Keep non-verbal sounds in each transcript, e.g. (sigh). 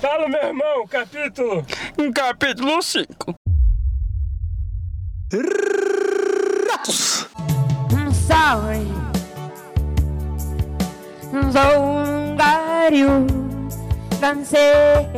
Fala, meu irmão, capítulo. Capítulo 5 Ratos I'm sorry. So got you can say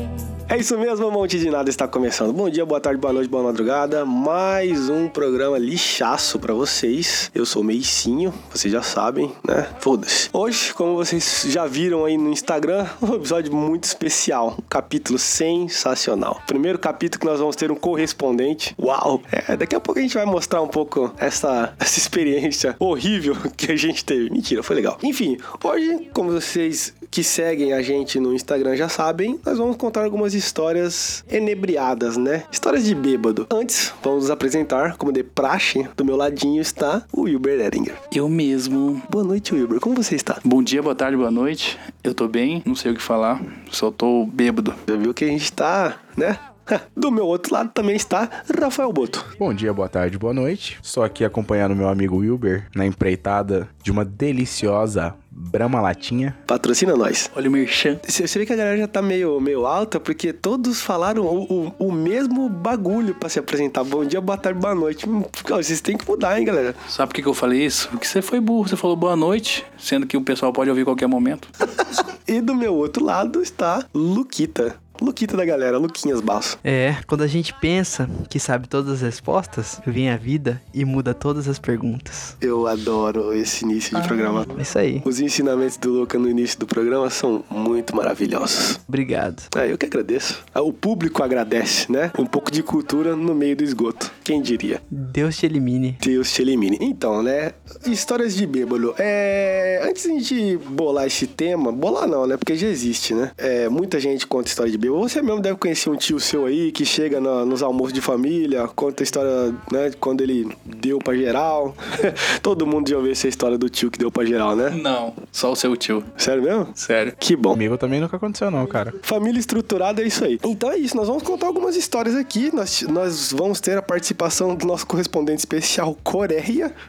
É isso mesmo, um monte de nada está começando. Bom dia, boa tarde, boa noite, boa madrugada. Mais um programa lixaço pra vocês. Eu sou o Meicinho, vocês já sabem, né? Foda-se. Hoje, como vocês já viram aí no Instagram, um episódio muito especial, um capítulo sensacional. Primeiro capítulo que nós vamos ter um correspondente. Uau! É, daqui a pouco a gente vai mostrar um pouco essa, (laughs) essa experiência horrível (laughs) que a gente teve. Mentira, foi legal. Enfim, hoje, como vocês que seguem a gente no Instagram já sabem, nós vamos contar algumas histórias enebriadas, né? Histórias de bêbado. Antes, vamos nos apresentar, como de praxe, do meu ladinho está o Wilber Edinger. Eu mesmo. Boa noite, Wilber. Como você está? Bom dia, boa tarde, boa noite. Eu tô bem, não sei o que falar, só tô bêbado. Já viu que a gente está, né? (laughs) Do meu outro lado também está Rafael Boto. Bom dia, boa tarde, boa noite. Só aqui acompanhando meu amigo Wilber na empreitada de uma deliciosa brama latinha. Patrocina nós. Olha o merchan. Você você vê que a galera já tá meio, meio alta, porque todos falaram o, o- o mesmo bagulho pra se apresentar. Bom dia, boa tarde, boa noite. Hum, Vocês têm que mudar, hein, galera? Sabe por que, que eu falei isso? Porque você foi burro, você falou boa noite, sendo que o pessoal pode ouvir a qualquer momento. (laughs) E do meu outro lado está Luquita. Luquita da galera, Luquinhas Basso. É, quando a gente pensa que sabe todas as respostas, vem a vida e muda todas as perguntas. Eu adoro esse início de programa. É isso aí. Os ensinamentos do Luca no início do programa são muito maravilhosos. Obrigado. É, eu que agradeço. Ah, O público agradece, né? Um pouco de cultura no meio do esgoto. Quem diria? Deus te elimine. Deus te elimine. Então, né? Histórias de bêbado. É. Antes de a gente bolar esse tema, bolar não, né? Porque já existe, né? É, muita gente conta história de bêbado. Você mesmo deve conhecer um tio seu aí que chega na- nos almoços de família, conta a história, né? Quando ele deu pra geral. (laughs) Todo mundo já ouviu essa história do tio que deu pra geral, né? Não, só o seu tio. Sério mesmo? Sério. Que bom. Comigo também nunca aconteceu, não, cara. Família estruturada é isso aí. Então é isso, nós vamos contar algumas histórias aqui. Nós, nós vamos ter a participação do nosso correspondente especial Coreia. (laughs)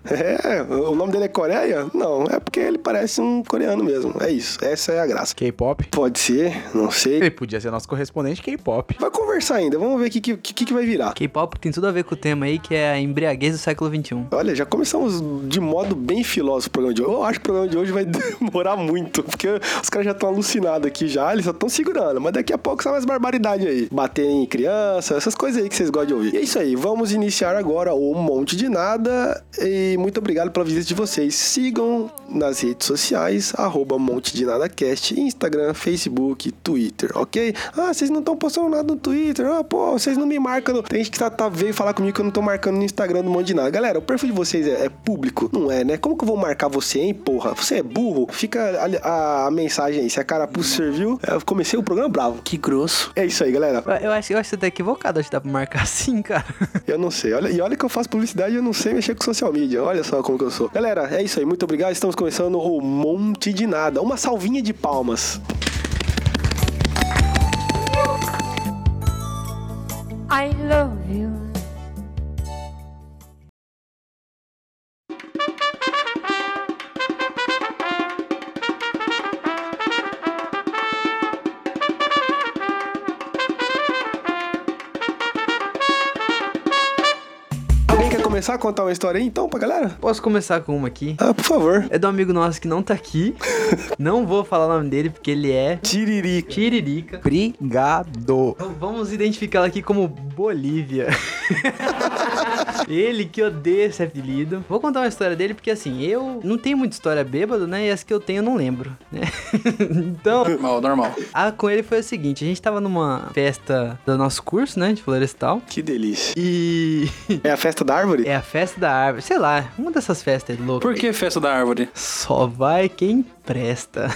É, o nome dele é Coreia? Não, é porque ele parece um coreano mesmo. É isso, essa é a graça. K-pop. Pode ser, não sei. Ele podia ser nosso correspondente K-pop. Vai conversar ainda, vamos ver o que, que, que que vai virar. K-pop tem tudo a ver com o tema aí, que é a embriaguez do século um. XXI. Olha, já começamos de modo bem filósofo o programa de hoje. Eu acho que o programa de hoje vai (laughs) demorar muito, porque os caras já estão alucinados aqui já, eles só estão segurando, mas daqui a pouco sai mais barbaridade aí. Bater em criança, essas coisas aí que vocês gostam de ouvir. E é isso aí, vamos iniciar agora o Um Monte de Nada e muito obrigado pela visita de vocês. Sigam nas redes sociais, arroba Monte de Nada Cast, Instagram, Facebook, Twitter, ok? Ah, vocês não estão postando nada no Twitter, ah, pô, vocês não me marcam. no- Tem gente que tá, tá veio falar comigo que eu não tô marcando no Instagram do Monte de Nada. Galera, o perfil de vocês é, é público? Não é, né? Como que eu vou marcar você, hein, porra? Você é burro? Fica ali- a, a mensagem aí, se a carapuça serviu, É, eu comecei o programa bravo. Que grosso. É isso aí, galera. Eu- Eu acho, eu acho que você tá equivocado, acho que dá pra marcar (laughs) assim, cara. Eu não sei. Olha, e olha que eu faço publicidade e eu não sei mexer com social media. Olha só como que eu sou. Galera, é isso aí. Muito obrigado. Estamos começando o Monte de Nada. Uma salvinha de palmas. I love you. Alguém quer começar a contar uma história aí então pra galera? Posso começar com uma aqui? Ah, por favor. É do amigo nosso que não tá aqui. Não vou falar o nome dele, porque ele é Tiririca. Tiririca. Obrigado. Então vamos identificá-la aqui como Bolívia. Ele que odeia esse apelido. Vou contar uma história dele, porque assim, eu não tenho muita história bêbado, né? E as que eu tenho eu não lembro, né? (laughs) então, Normal, normal. a com ele foi o seguinte: a gente tava numa festa do nosso curso, né? De florestal. Que delícia. E (laughs) É a festa da árvore? é a festa da árvore, sei lá, uma dessas festas aí, louca. Por que festa da árvore? Só vai quem presta.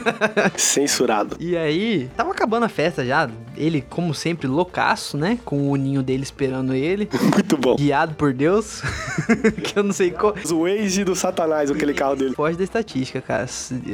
(laughs) Censurado. E aí, tava acabando a festa já. Ele, como sempre, loucaço, né? Com o ninho dele esperando ele. Muito bom. guiado por Deus, (laughs) que eu não sei qual. O Waze do Satanás, aquele carro dele. Foge da estatística, cara.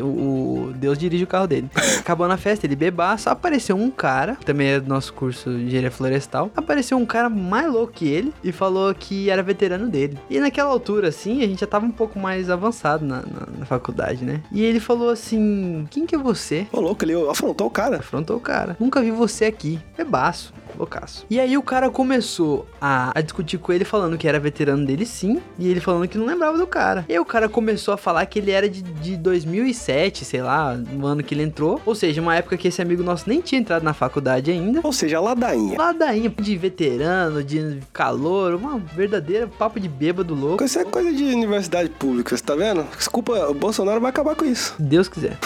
O, o- Deus dirige o carro dele. Acabou na festa, ele bebaço, apareceu um cara, também é do nosso curso de engenharia florestal. Apareceu um cara mais louco que ele e falou que era veterano dele. E naquela altura, assim, a gente já tava um pouco mais avançado na, na- na faculdade, né? E ele ele falou assim: Quem que é você? Ô, louco, ele afrontou o cara. Afrontou o cara. Nunca vi você aqui. Bebaço. Loucaço. E aí o cara começou a, a discutir com ele, falando que era veterano dele sim, e ele falando que não lembrava do cara. E aí o cara começou a falar que ele era de, de 2007, sei lá, no ano que ele entrou. Ou seja, uma época que esse amigo nosso nem tinha entrado na faculdade ainda. Ou seja, ladainha. Ladainha de veterano, de calor, uma verdadeira papo de bêbado louco. Isso é coisa de universidade pública, você tá vendo? Desculpa, o Bolsonaro vai acabar com isso. se Deus quiser.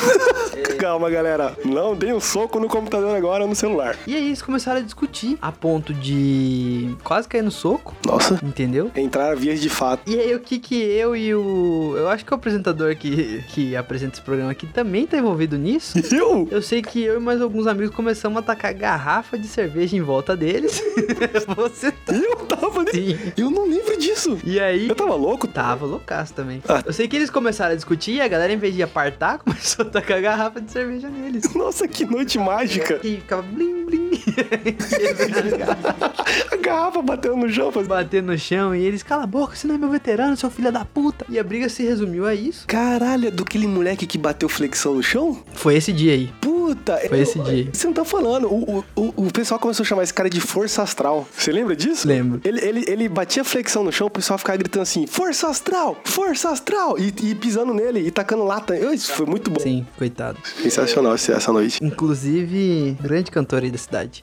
Calma, galera. Não dei um soco no computador agora, no celular. E aí eles começaram a discutir a ponto de quase cair no soco, Nossa. entendeu? Entrar vias de fato. E aí o que que eu e o... Eu acho que o apresentador que, que apresenta esse programa aqui também tá envolvido (laughs) nisso. Eu? Eu sei que eu e mais alguns amigos começamos a tacar garrafa de cerveja em volta (laughs) deles. Você tá... Eu tava nem... Sim. Eu não lembro disso. E aí... Eu tava louco? Tava loucaço também. Ah. Eu sei que eles começaram a discutir e a galera, em vez de apartar, (laughs) começou a tacar garrafa de cerveja neles. Nossa, que noite mágica. E ficava blim, blim. (laughs) Quebrando garrafa. A garrafa bateu no chão. faz- bater no chão e eles, cala a boca, você não é meu veterano, seu filho da puta. E a briga se resumiu a isso. Caralho, é do aquele moleque que bateu flexão no chão? Foi esse dia aí. Puta. Foi eu- esse dia. Você não tá falando. O, o, o, o pessoal começou a chamar esse cara de força astral. Você lembra disso? Lembro. Ele, ele, ele batia flexão no chão, o pessoal ficava gritando assim, força astral, força astral, e, e pisando nele, e tacando lata. Eu, Isso foi muito bom. Sim, coitado. Sensacional esse- essa noite. Inclusive, grande cantor aí da cidade.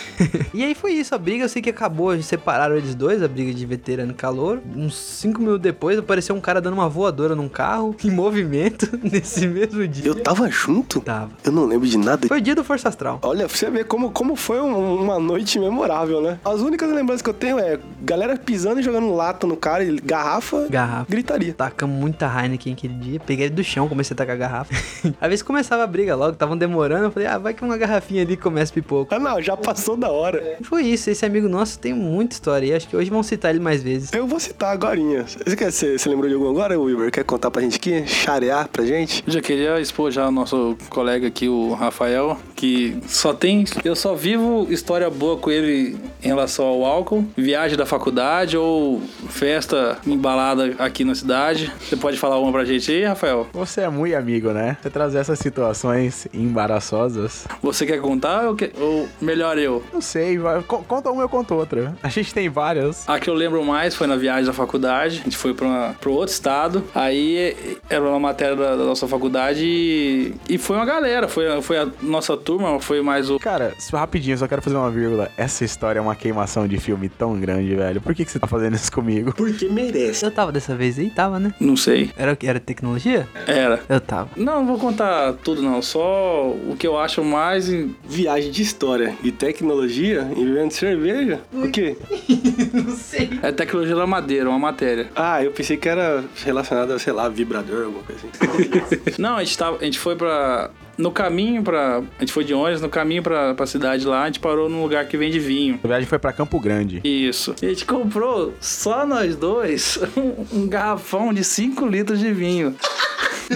(laughs) e aí foi isso, a briga eu sei que acabou, separaram eles dois, a briga de veterano e calor. Uns 5 minutos depois apareceu um cara dando uma voadora num carro, em movimento, (laughs) nesse mesmo dia. Eu tava junto? Tava. Eu não lembro de nada. Foi o dia do Força Astral. Olha, pra você ver como, como foi um- uma noite memorável, né? As únicas lembranças que eu tenho é galera pisando e jogando lata no cara, e garrafa, Garrafa. gritaria. Tacamos muita Heineken aquele dia. Peguei ele do chão, comecei a tacar a garrafa. Às vezes começava a briga logo, estavam demorando. Eu falei, ah, vai que uma garrafinha ali começa pipoco. Ah, não, já passou da hora. E foi isso, esse amigo nosso tem muita história. E acho que hoje vão citar ele mais vezes. Eu vou citar agorinha. Você, quer, você, você lembrou de algum agora, Wilber? Quer contar pra gente aqui? Charear pra gente? Eu já queria expor já o nosso colega aqui, o Rafael, que só tem. Eu só vivo história boa com ele em relação ao álcool, viagem da faculdade ou festa embalada aqui na cidade. Você pode falar uma pra gente aí, Rafael? Você é muito amigo, né? Você traz essas situações embaraçosas. Você quer contar ou, que- ou melhor eu? Não sei, vai- co- conta uma, eu conto outra. A gente tem várias. A que eu lembro mais foi na viagem da faculdade. A gente foi para outro estado. Aí é, era uma matéria da, da nossa faculdade e, e foi uma galera. Foi, a- foi a nossa turma, foi mais o. Cara, só rapidinho, só quero fazer uma vírgula. Essa história é uma queimação de filme tão grande, velho. Por que, que você tá fazendo isso comigo? Porque merece. Eu tava dessa vez aí, tava, né? Não sei. Era, o quê? era tecnologia? Era. Eu tava. Não, não vou contar tudo, não. Só o que eu acho mais. em- Viagem de história e tecnologia envolvendo cerveja? O quê? É tecnologia da madeira, uma matéria. Ah, eu pensei que era relacionado a, sei lá, vibrador, alguma coisa (laughs) assim. Não, a gente, tava, a gente foi pra. No caminho pra. A gente foi de ônibus, no caminho pra, pra cidade lá, a gente parou num lugar que vende vinho. A viagem foi pra Campo Grande. Isso. A gente comprou, só nós dois, um, um garrafão de 5 litros de vinho.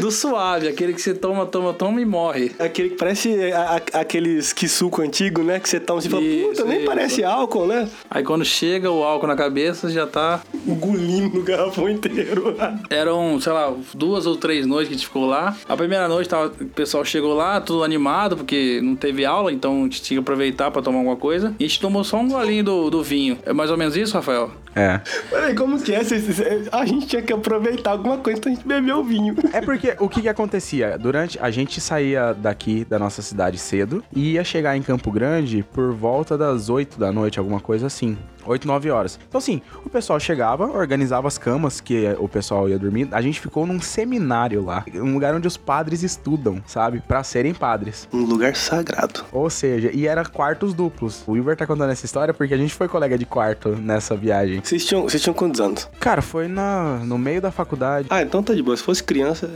Do suave, aquele que você toma, toma, toma e morre. Aquele que parece a- a- aqueles que suco antigo, né? Que você toma assim e fala, Isso, puta, nem isso. parece álcool, né? Aí quando chega o álcool na cabeça, já tá. Engolindo o garrafão (laughs) inteiro. Eram, sei lá, duas ou três noites que a gente ficou lá. A primeira noite tava- o pessoal chegou lá, tudo animado, porque não teve aula, então a gente tinha que aproveitar pra tomar alguma coisa. E a gente tomou só um golinho do, do vinho. É mais ou menos isso, Rafael? É. Peraí, como que é? Cê- cê- cê- A gente tinha que aproveitar alguma coisa, então a gente bebeu o vinho. É porque o que, que acontecia? Durante. A gente saía daqui da nossa cidade cedo e ia chegar em Campo Grande por volta das 8 da noite, alguma coisa assim. 8, 9 horas. Então, assim, o pessoal chegava, organizava as camas que o pessoal ia dormir. A gente ficou num seminário lá, um lugar onde os padres estudam, sabe? Pra serem padres. Um lugar sagrado. Ou seja, e era quartos duplos. O Wilber tá contando essa história porque a gente foi colega de quarto nessa viagem. Vocês tinham, vocês tinham quantos anos? Cara, foi na, no meio da faculdade. Ah, então tá de boa. Se fosse criança.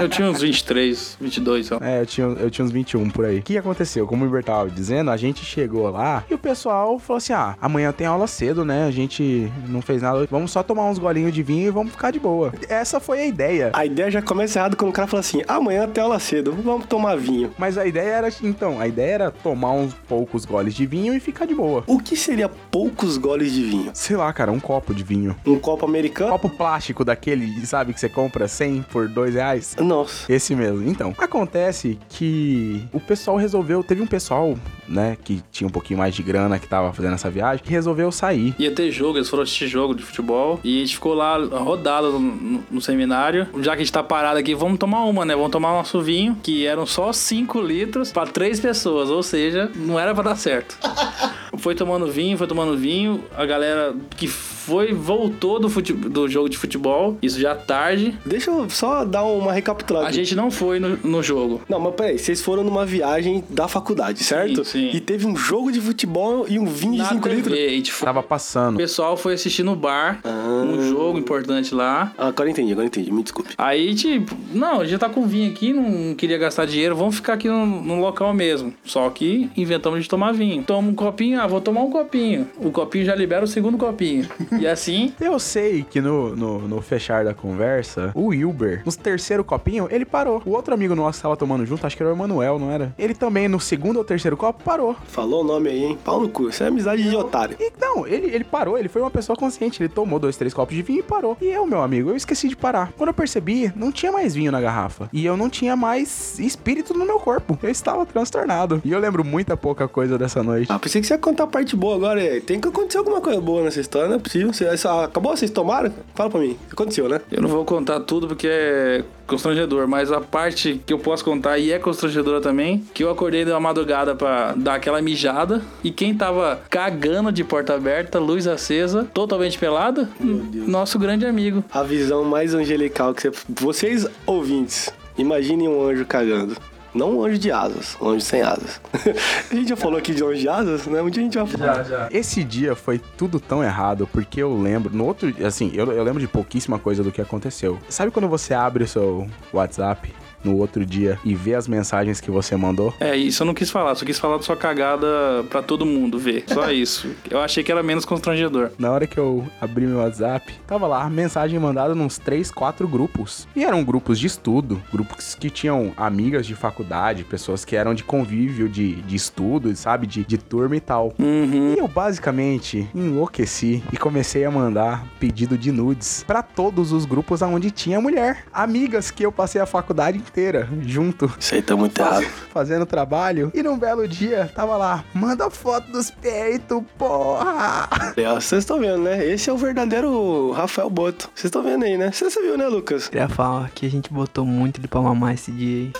Eu tinha uns 23, 22, ó. É, eu tinha, eu tinha uns 21 por aí. O que aconteceu? Como o Iber tava dizendo, a gente chegou lá e o pessoal falou assim: ah, amanhã tem aula cedo, né? A gente não fez nada. hoje. Vamos só tomar uns golinhos de vinho e vamos ficar de boa. Essa foi a ideia. A ideia já começa errado quando o cara fala assim: amanhã até aula cedo, vamos tomar vinho. Mas a ideia era, então, a ideia era tomar uns poucos goles de vinho e ficar de boa. O que seria poucos goles de vinho? Sei lá, cara, um copo de vinho. Um copo americano? Copo plástico daquele, sabe, que você compra 100 por 2 reais. Nossa. Esse mesmo. Então, acontece que o pessoal resolveu. Teve um pessoal, né, que tinha um pouquinho mais de grana, que tava fazendo essa viagem, que resolveu sair. Ia ter jogo, eles foram assistir jogo de futebol. E a gente ficou lá rodado no, no- no seminário. Já que a gente tá parado aqui, vamos tomar uma, né? Vamos tomar nosso vinho, que eram só 5 litros pra três pessoas. Ou seja, não era pra dar certo. Foi tomando vinho, foi tomando vinho. A galera que foi, voltou do, fute- do jogo de futebol. Isso já tarde. Deixa eu só dar uma recapitulada. A gente não foi no, no jogo. Não, mas peraí, vocês foram numa viagem da faculdade, certo? sim. E teve um jogo de futebol e um vinho de Na 5 litros. TV, a gente foi- Tava O passando. pessoal foi assistir no bar, um jogo importante lá. Ah, agora eu entendi, agora eu entendi, me desculpe. Aí, tipo, não, já tá com vinho aqui, não queria gastar dinheiro, vamos ficar aqui no, no local mesmo. Só que inventamos de tomar vinho. Toma um copinho, ah, vou tomar um copinho. O copinho já libera o segundo copinho. E assim, Eu sei que no, no, no fechar da conversa, o Wilber, no terceiro copinho, ele parou. O outro amigo nosso que tava tomando junto, acho que era o Emanuel, não era? Ele também, no segundo ou terceiro copo, parou. Falou o nome aí, hein? Pau no cu, isso é amizade de otário. Então, ele, ele parou, ele foi uma pessoa consciente. Ele tomou dois, três copos de vinho e parou. E eu, meu amigo, eu esqueci de parar. Quando eu percebi, não tinha mais vinho na garrafa. E eu não tinha mais espírito no meu corpo. Eu estava transtornado. E eu lembro muita pouca coisa dessa noite. Ah, pensei que você ia contar a parte boa agora. é. Tem que acontecer alguma coisa boa nessa história, não é possível. Você, essa- acabou? Vocês tomaram? Fala pra mim. Aconteceu, né? eu não vou contar tudo porque é constrangedor, mas a parte que eu posso contar e é constrangedora também, que eu acordei de uma madrugada pra dar aquela mijada e quem tava cagando de porta aberta, luz acesa, totalmente pelada, nosso grande amigo. A visão mais angelical que você. Vocês, ouvintes, imaginem um anjo cagando. Não um anjo de asas, um anjo sem asas. (laughs) a gente já falou aqui de anjo de asas, né? Um dia a gente vai falar. Esse dia foi tudo tão errado, porque eu lembro. No outro dia, assim, eu, eu lembro de pouquíssima coisa do que aconteceu. Sabe quando você abre o seu WhatsApp no outro dia e vê as mensagens que você mandou? É, isso eu não quis falar, só quis falar da sua cagada pra todo mundo ver. Só isso. Eu achei que era menos constrangedor. Na hora que eu abri meu WhatsApp, tava lá mensagem mandada nos três, quatro grupos. E eram grupos de estudo, grupos que tinham amigas de faculdade, pessoas que eram de convívio, de, de estudo, sabe? De, de turma e tal. E eu basicamente enlouqueci e comecei a mandar pedido de nudes pra todos os grupos aonde tinha mulher. Amigas que eu passei a faculdade inteira junto (laughs) Isso aí tá muito errado. fazendo trabalho. E num belo dia tava lá, manda foto dos peitos, porra! É, ó, Vocês estão vendo, né? Esse é o verdadeiro Rafael Boto. Vocês estão vendo aí, né? Você você viu, né, Lucas? Queria falar que a gente botou muito ele pra mamar esse dia aí.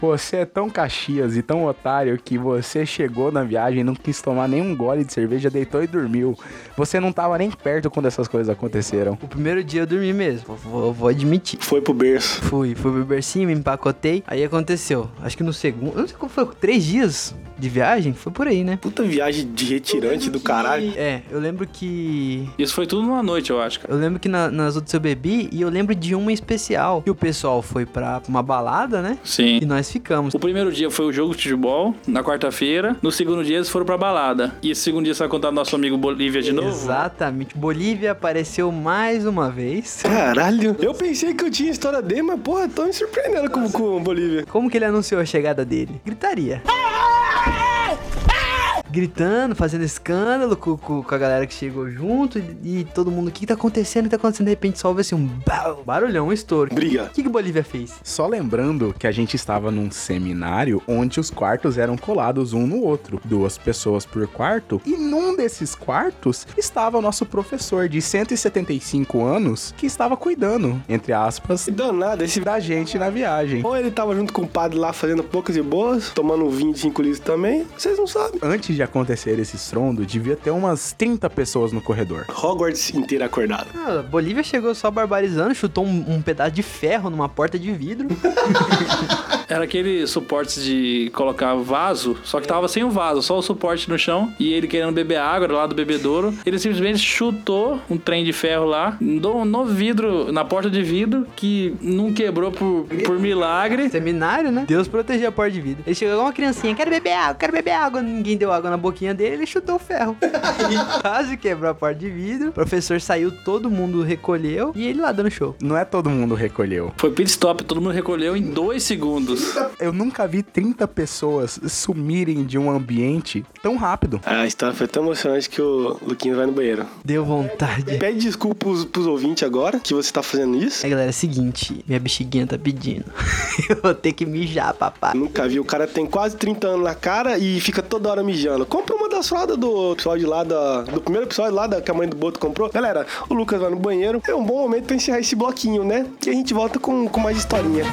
Você é tão Caxias e tão otário que você chegou na viagem e não quis tomar nenhum gole de cerveja, deitou e dormiu. Você não tava nem perto quando essas coisas aconteceram. O primeiro dia eu dormi mesmo, vou, vou admitir. Foi pro berço. Fui, fui pro bercinho, me empacotei. Aí aconteceu, acho que no segundo, eu não sei como foi, três dias de viagem? Foi por aí, né? Puta viagem de retirante do caralho. É, eu lembro que Isso foi tudo numa noite, eu acho, cara. Eu lembro que na- nas outras eu bebi e eu lembro de uma em especial. Que o pessoal foi pra uma balada, né? Sim. E nós ficamos. O né? primeiro dia foi o jogo de futebol, na quarta-feira. No segundo dia eles foram pra balada. E esse segundo dia você vai contar do nosso amigo Bolívia de novo? Exatamente. Bolívia apareceu mais uma vez. Caralho. Eu pensei que eu tinha história dele, mas porra, tô me surpreendendo com, com o Bolívia. Como que ele anunciou a chegada dele? Gritaria. Gritando, fazendo escândalo com, com- com a galera que chegou junto e, e todo mundo, o que, que tá acontecendo? O que tá acontecendo? De repente só houve assim um bau, barulhão, um estouro. Briga. O que, que Bolívia fez? Só lembrando que a gente estava num seminário onde os quartos eram colados um no outro, duas pessoas por quarto, e num desses quartos estava o nosso professor de 175 anos que estava cuidando, entre aspas, Que danado esse. da gente na viagem. Ou ele tava junto com o padre lá fazendo poucas e boas, tomando um vinho de 5 litros também. Vocês não sabem. Antes de acontecer esse estrondo, devia ter umas 30 pessoas no corredor. Hogwarts inteira acordada. Ah, Bolívia chegou só barbarizando, chutou um, um pedaço de ferro numa porta de vidro. Era aquele suporte de colocar vaso, só que tava sem o vaso, só o suporte no chão. E ele querendo beber água era lá do bebedouro. Ele simplesmente chutou um trem de ferro lá no, no vidro, na porta de vidro, que não quebrou por, por milagre. Seminário, né? Deus protegia a porta de vida. Ele chegou igual uma criancinha, quero beber água, quero beber água. Ninguém deu água na boquinha dele, ele chutou o (laughs) ferro. Aí, Quase quebrou a porta de vidro. O professor saiu, todo mundo recolheu e ele lá dando show. Não é todo mundo recolheu. Foi pit stop, todo mundo recolheu em dois segundos. Eu nunca vi 30 pessoas sumirem de um ambiente tão rápido. A história foi tão emocionante que o Luquinho vai no banheiro. Deu vontade. Pede desculpa pros, pros ouvintes agora que você tá fazendo isso. É, galera, é o seguinte, minha bexiguinha tá pedindo. (laughs) Eu vou ter que mijar, papai. Nunca vi. O cara tem quase 30 anos na cara e fica toda hora mijando. Compra uma das fraldas do episódio lá da. Do primeiro episódio lá da, que a mãe do Boto comprou. Galera, o Lucas vai no banheiro. É um bom momento pra encerrar esse bloquinho, né? Que a gente volta com, com mais historinha.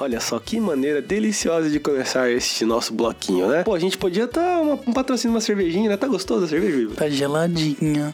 Olha só que maneira deliciosa de começar este nosso bloquinho, né? Pô, a gente podia tá uma- um patrocínio, uma cervejinha, né? Tá gostoso a cerveja, Ivo? Tá geladinha.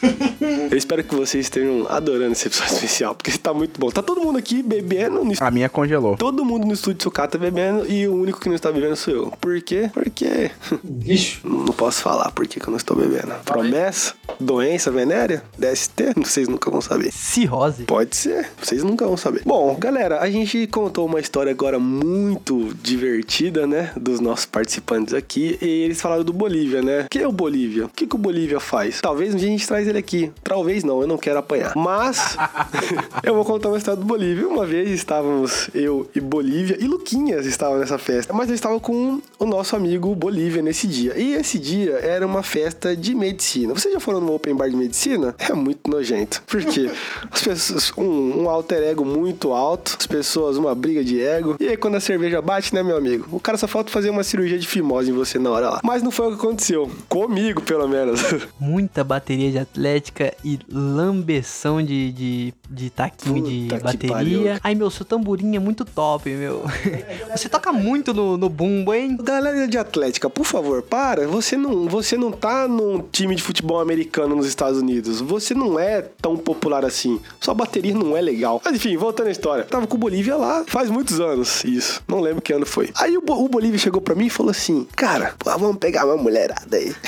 Eu espero que vocês estejam adorando esse episódio (laughs) especial, porque tá muito bom. Tá todo mundo aqui bebendo no estúdio. A minha congelou. Todo mundo no estúdio de sucata tá bebendo e o único que não está bebendo sou eu. Por quê? Porque. Bicho. Não posso falar por que, que eu não estou bebendo. Promessa? Doença venérea? DST? Vocês nunca vão saber. Cirrose. Pode ser, vocês nunca vão saber. Bom, galera, a gente contou uma história agora muito divertida, né? Dos nossos participantes aqui. E eles falaram do Bolívia, né? O que é o Bolívia? O que, que o Bolívia faz? Talvez um dia a gente traz ele aqui. Talvez não, eu não quero apanhar. Mas (laughs) eu vou contar uma história do Bolívia. Uma vez estávamos eu e Bolívia e Luquinhas estavam nessa festa. Mas eu estava com o nosso amigo Bolívia nesse dia. E esse dia era uma festa de medicina. Vocês já foram num open bar de medicina? É muito nojento. Por quê? As pessoas, um, um alter ego muito alto, as pessoas, uma briga de ego. E aí, quando a cerveja bate, né, meu amigo? O cara só falta fazer uma cirurgia de fimose em você na hora lá. Mas não foi o que aconteceu. Comigo, pelo menos. (laughs) Muita bateria de atlética e lambeção de, de, de taquinho Puta de que pariu. bateria. Ai, meu, seu tamborim é muito top, meu. (laughs) Você toca muito no, no bumbo, hein? Galera de Atlética, por favor, para. Você não, você não tá num time de futebol americano nos Estados Unidos. Você não é tão popular assim. Sua bateria não é legal. Mas enfim, voltando à história. Tava com o Bolívia lá faz muitos anos. Isso. Não lembro que ano foi. Aí o, Bo- o Bolívia chegou pra mim e falou assim: Cara, pô, vamos pegar uma mulherada aí. (laughs)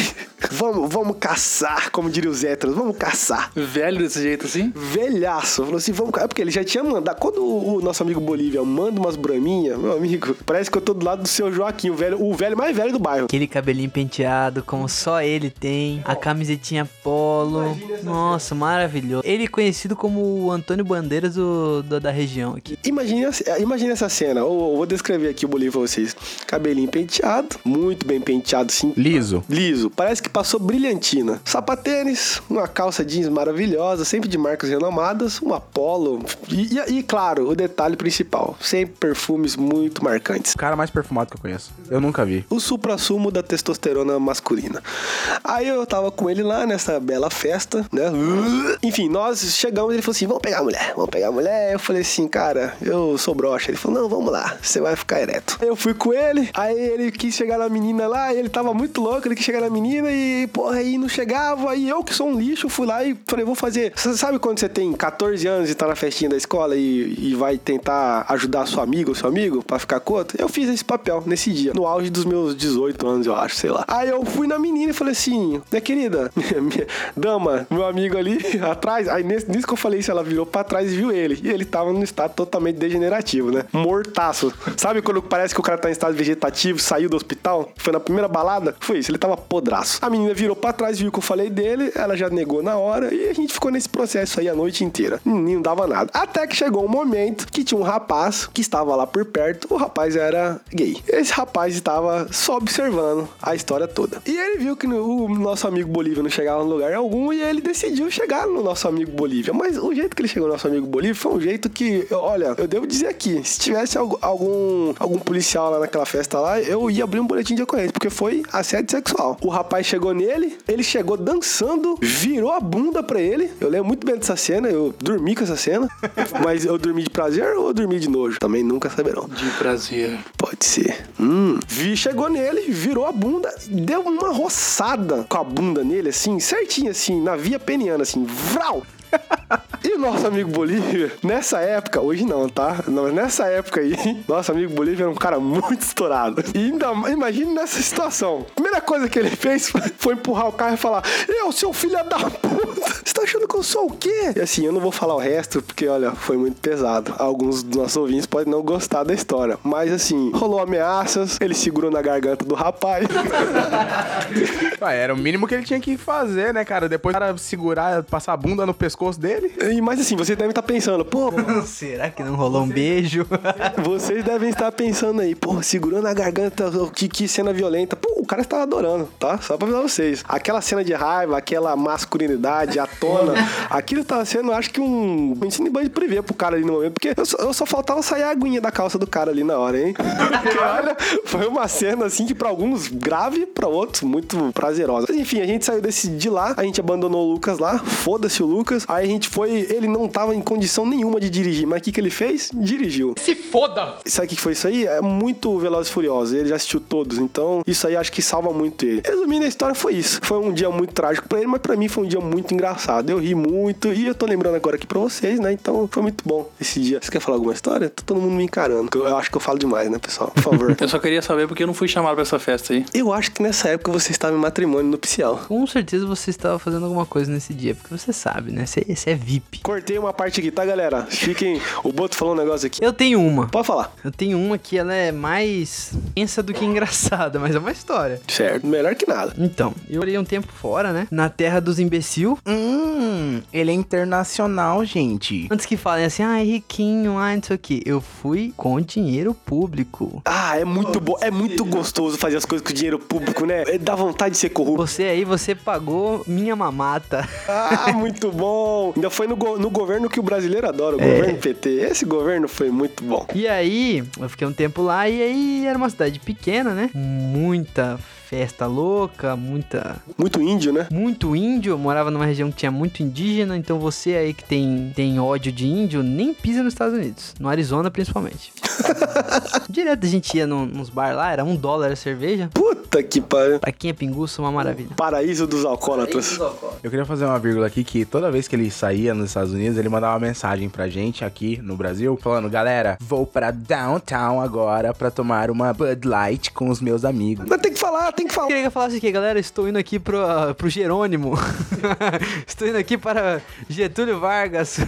Vamos, vamos caçar, como diria os héteros, vamos caçar Velho desse jeito assim? velhaço. Falou assim, vamos. É porque ele já tinha mandado. Quando o, o nosso amigo Bolívia manda umas braminhas, meu amigo, (laughs) parece que eu tô do lado do seu Joaquim, o velho, o velho mais velho do bairro. Aquele cabelinho penteado, como só ele tem. A camisetinha polo. Nossa, maravilhoso. Ele é conhecido como o Antônio Bandeiras do, do- da região aqui. Imagina, imagina essa cena. Eu, eu vou descrever aqui o Bolívia pra vocês. Cabelinho penteado, muito bem penteado, sim. Liso. Liso, parece que passou brilhantina. Sapatênis, uma calça jeans maravilhosa, sempre de marcas renomadas, um Apollo. E, e- e, claro, o detalhe principal: sempre perfumes muito marcantes. O cara mais perfumado que eu conheço. Eu nunca vi. o suprassumo da testosterona masculina. Aí eu tava com ele lá nessa bela festa, né? Enfim, nós chegamos, ele falou assim: vamos pegar a mulher, vamos pegar a mulher. Eu falei assim, cara, eu sou broxa. Ele falou: não, vamos lá, você vai ficar ereto. Eu fui com ele, aí ele quis chegar na menina lá, e ele tava muito louco, ele quis chegar na menina e, porra, aí não chegava. Aí eu, que sou um lixo, fui lá e falei: vou fazer. Você sabe quando você tem 14 anos e tá na festinha da escola e, e vai tentar ajudar sua amiga ou seu amigo pra ficar com outro? Eu fiz esse papel nesse dia, no auge dos meus 18 anos, eu acho, sei lá. Aí eu fui na menina e falei assim, minha querida, (laughs) minha, minha- dama, meu amigo ali (laughs) atrás, aí nesse- nisso que eu falei isso, ela virou pra trás e viu ele. E ele tava num estado totalmente degenerativo, né? Mortaço. Sabe quando parece que o cara tá em estado vegetativo, saiu do hospital? Foi na primeira balada? Foi isso, ele tava podraço. A menina virou pra trás, viu que eu falei dele, ela já negou na hora e a gente ficou nesse processo aí a noite inteira. Hum, Não dava nada. Até que chegou um momento que tinha um rapaz que estava lá por perto, o rapaz era gay. Esse rapaz estava só observando a história toda. E ele viu que no- o nosso amigo Bolívia não chegava em lugar algum e ele decidiu chegar no nosso amigo Bolívia. Mas o jeito que ele chegou no nosso amigo Bolívia foi um jeito que, eu- olha, eu devo dizer aqui, se tivesse algu- algum, algum policial lá naquela festa lá, eu ia abrir um boletim de ocorrência, porque foi assédio sexual. O rapaz chegou chegou nele, ele chegou dançando, virou a bunda pra ele. Eu lembro muito bem dessa cena, eu dormi com essa cena. Mas eu dormi de prazer ou eu dormi de nojo? Também nunca saberão. De prazer. Pode ser. Hum. Vi, chegou nele, virou a bunda, deu uma roçada com a bunda nele, assim, certinho, assim, na via peniana, assim, vral! E o nosso amigo Bolívia, nessa época, hoje não, tá? Mas nessa época aí, (laughs) nosso amigo Bolívia era um cara muito estourado. E ainda imagine nessa situação. Primeira coisa que ele fez foi empurrar o carro e falar: Eu, seu filho da puta, você tá achando que eu sou o quê? E assim, eu não vou falar o resto, porque olha, foi muito pesado. Alguns dos nossos ouvintes podem não gostar da história. Mas assim, rolou ameaças, ele segurou na garganta do rapaz. (laughs) Ah, era o mínimo que ele tinha que fazer, né, cara? Depois o cara segurar, passar a bunda no pescoço dele. E, mas assim, vocês devem estar pensando, pô, Será que (laughs) não rolou um beijo? Vocês devem estar pensando aí, pô, segurando a garganta, que, que cena violenta. Pô, o cara estava adorando, tá? Só pra avisar vocês. Aquela cena de raiva, aquela masculinidade, à tona, aquilo tava sendo, acho que um ensino banho de privê pro cara ali no momento, porque eu só, eu só faltava sair a aguinha da calça do cara ali na hora, hein? Porque olha, foi uma cena assim que pra alguns grave, pra outros muito prazerosa. Mas, enfim, a gente saiu desse de lá, a gente abandonou o Lucas lá, foda-se o Lucas. Aí a gente foi, ele não tava em condição nenhuma de dirigir, mas o que que ele fez? Dirigiu. Sabe o que foi isso aí? É muito Velozes e Furiosos. Ele já assistiu todos, então isso aí acho que salva muito ele. Resumindo, a história foi isso. Foi um dia muito trágico pra ele, mas pra mim foi um dia muito engraçado. Eu ri muito e eu tô lembrando agora aqui pra vocês, né? Então foi muito bom esse dia. Você quer falar alguma história? Tá todo mundo me encarando. Eu, eu acho que eu falo demais, né, pessoal? Por (laughs) favor. Eu só queria saber porque eu não fui chamado pra essa festa aí. eu acho que nessa época você estava em matrimônio nupcial. (laughs) Com certeza você estava fazendo alguma coisa nesse dia, porque você sabe, né? Você, você é VIP. Cortei uma parte aqui, tá, galera? Fiquem. O Boto falou um negócio aqui. Eu tenho uma. Pode falar. Eu tenho uma que ela é mais tensa do que engraçada, (laughs) mas é uma história. Certo. Melhor que nada. Então, eu morei um tempo fora, né? Na terra dos imbecil. Hum, ele é internacional, gente. Antes que falem assim, ai, riquinho, ai, não sei o que. Eu fui com dinheiro público. Ah, é muito bom. É muito gostoso fazer as coisas com dinheiro público, né? É, Dá vontade de ser corrupto. Você aí, você pagou minha mamata. (laughs) Ah, muito bom! Ainda foi no, go- no governo que o brasileiro adora, o governo PT. Esse governo foi muito bom. E aí, eu fiquei um tempo lá e aí era uma cidade pequena, né? Muita festa louca, muita Muito índio, né? muito índio, eu morava numa região que tinha muito indígena, então você aí que tem, tem ódio de índio, nem pisa nos Estados Unidos, no Arizona principalmente. Direto a gente ia num- nos bar lá, era um dólar a cerveja, Puta que pariu. pra quem é pinguço, uma maravilha. Paraíso dos alcoólatras. Eu queria fazer uma vírgula aqui que toda vez que ele saía nos Estados Unidos, ele mandava uma mensagem pra gente aqui no Brasil, falando: galera, vou pra downtown agora pra tomar uma Bud Light com os meus amigos. Mas tem que falar, tem que Eu falar. queria que eu falasse aqui, galera, estou indo aqui pro, ah, pro Jerônimo, (laughs) estou indo aqui para Getúlio Vargas.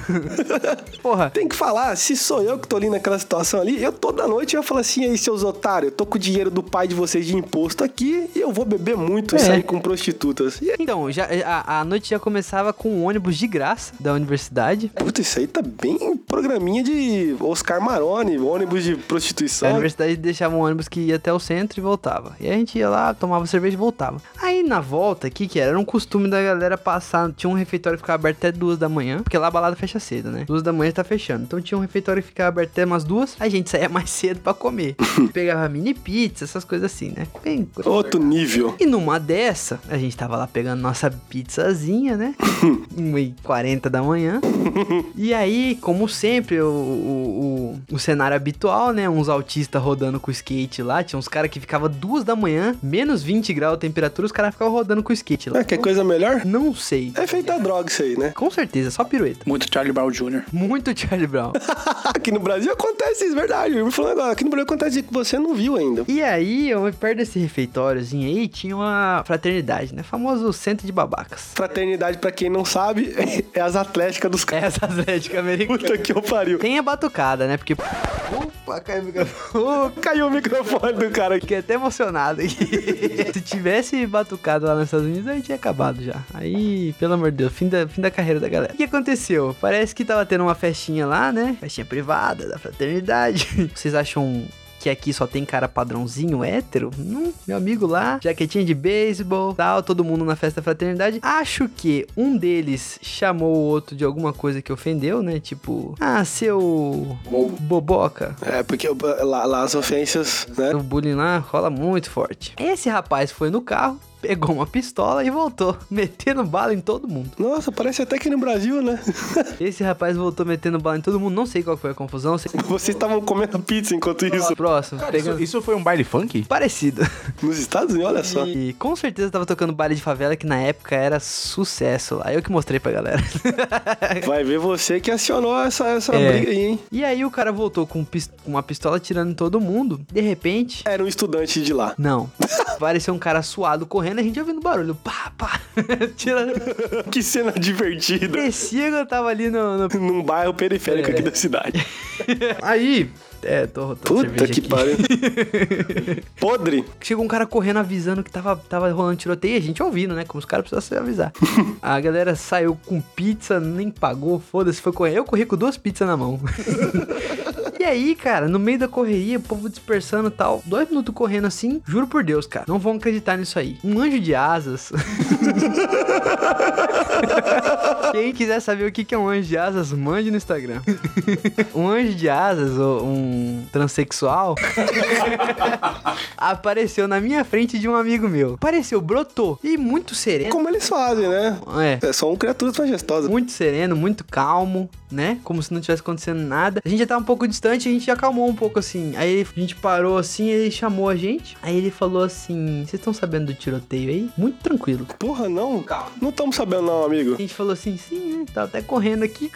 (laughs) Porra, Tem que falar, se sou eu que tô ali naquela situação ali, eu toda noite eu ia falar assim, aí seus otários, eu tô com o dinheiro do pai de vocês de imposto aqui e eu vou beber muito e É. sair com prostitutas. E, Então, já, a, a noite já começava com um ônibus de graça da universidade. puta, isso aí tá bem programinha de Oscar Maroni, ônibus de A prostituição. universidade deixava um ônibus que ia até o centro e voltava. E a gente ia lá, tomava cerveja e voltava. Aí na volta, o que que era? Era um costume da galera passar. Tinha um refeitório que ficava aberto até duas da manhã. Porque lá a balada fecha cedo, né? Duas da manhã tá fechando. Então tinha um refeitório que ficava aberto até umas duas. A gente saía (laughs) mais cedo pra comer. Pegava mini pizza, essas coisas assim, né? Bem coisa. Outro nível. E numa dessa, a gente tava lá pegando nossa pizzazinha, né? 1h40 da manhã. E aí, como sempre, o, o, o, o cenário habitual, né? Uns autistas rodando com o skate lá. Tinha uns caras que ficavam duas da manhã, menos 20 graus de temperatura, os caras ficavam rodando com o skate lá. Ah, quer coisa melhor? Não sei. É feita a droga isso aí, né? (laughs) Com certeza, só pirueta. Muito Charlie Brown Jr. Muito (laughs) Charlie Brown. Aqui no Brasil acontece isso, verdade. Eu vou falando agora. Aqui no Brasil acontece isso que você não viu ainda. E aí, eu, perto desse refeitóriozinho aí, tinha uma fraternidade, né? Famoso centro de babacas. Fraternidade, pra quem não sabe, (laughs) é as atléticas dos caras. (laughs) Essa atlética americana. Puta que eu pariu. Tem a batucada, né? Porque. Opa, caiu o microfone. Caiu o microfone do cara aqui. Fiquei até emocionado aqui. (laughs) Se tivesse batucado lá nos Estados Unidos, aí tinha acabado já. Aí, pelo amor de Deus, fim da, fim da carreira da galera. O que aconteceu? Parece que tava tendo uma festinha lá, né? Festinha privada da fraternidade. (laughs) Vocês acham que aqui só tem cara padrãozinho hétero? Hum, meu amigo lá, jaquetinha de beisebol, tal, todo mundo na festa da fraternidade. Acho que um deles chamou o outro de alguma coisa que ofendeu, né? Tipo, ah, seu boboca. É, porque lá, lá as ofensas, né? O bullying lá rola muito forte. Esse rapaz foi no carro, pegou uma pistola e voltou, (laughs) metendo bala em todo mundo. Nossa, parece até que no Brasil, né? (laughs) Esse rapaz voltou metendo bala em todo mundo, não sei qual foi a confusão, sei Vocês estavam comendo pizza enquanto isso. Próximo. Isso, isso foi um baile funk? Parecido. Nos Estados Unidos, olha só. E com certeza tava tocando baile de favela, que na época era sucesso lá. Eu que mostrei pra galera. (laughs) Vai ver você que acionou essa, essa É. briga aí, hein? e aí o cara voltou com pis- com uma pistola tirando em todo mundo. De repente. Era um estudante de (laughs) lá. Não. Apareceu um cara suado correndo, a gente ouvindo barulho. Pá, pá. (laughs) Tirando. Que cena divertida. Parecia que eu tava ali no. no- Num bairro periférico É. aqui da cidade. Aí. É, tô rotando. Puta que pariu. Podre. (laughs) Chegou um cara correndo avisando que tava, tava rolando tiroteio e a gente ouvindo, né? Como os caras precisam se (laughs) avisar. a galera saiu com pizza, nem pagou, foda-se, foi correr. Eu corri com duas pizzas (laughs) na mão. E aí, cara, no meio da correria, o povo dispersando e tal, dois minutos correndo assim, juro por Deus, cara, não vão acreditar nisso aí. Um anjo de asas. Quem quiser saber o que que é um anjo de asas, mande no Instagram. um anjo de asas, ou um transexual, apareceu na minha frente de um amigo meu. Apareceu, brotou. E muito sereno. É Como eles fazem, né? É. É, São criaturas majestosas. Muito sereno, muito calmo, né? Como se não tivesse acontecendo nada. A gente já tava um pouco distante, a gente já acalmou um pouco assim. Aí ele- a gente parou assim, ele chamou a gente. Aí ele falou assim: Vocês estão sabendo do tiroteio aí? Muito tranquilo. Porra, não. Não estamos sabendo, não, amigo. A gente falou assim: Sim, né? Tava até correndo aqui.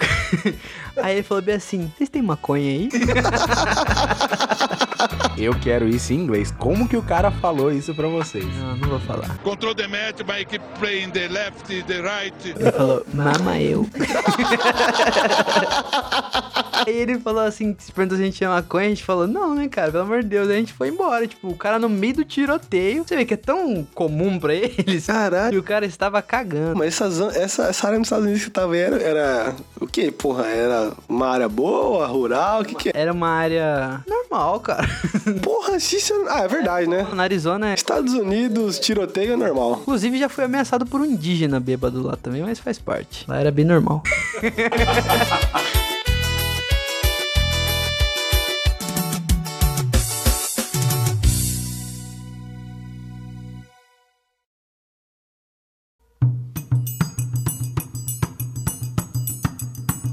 (laughs) aí ele falou bem assim: Vocês têm maconha aí? Eu quero isso em inglês. Como que o cara falou isso pra vocês? não, não vou falar. Control the match by keep playing the left, the right. Ele falou, mama eu. (laughs) Aí ele falou assim, se perguntou se a gente tinha maconha, a gente falou, não, né, cara, pelo amor de Deus. Aí a gente foi embora, tipo, o cara no meio do tiroteio. Você vê que é tão comum pra (laughs) eles. Caralho. E o cara estava cagando. Mas essas, an- essa, essa área nos Estados Unidos que você tava aí era, era. O que, porra? Era uma área boa, rural? O que, que é? Era uma área normal, cara. (laughs) Porra, se isso é. Ah, é verdade, né? Na Arizona é... Estados Unidos, tiroteio é normal. Inclusive, já fui ameaçado por um indígena bêbado lá também, mas faz parte. Lá era bem normal.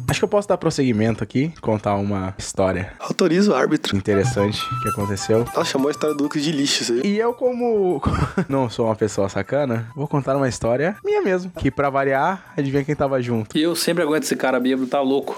Acho que eu posso dar prosseguimento aqui, contar uma história Autoriza o árbitro. interessante que aconteceu. Ela chamou a história do Lucas de lixo, isso aí. E eu, como (laughs) não sou uma pessoa sacana, vou contar uma história minha mesmo. Que pra variar, adivinha quem tava junto. E eu sempre aguento esse cara bêbado, tá louco.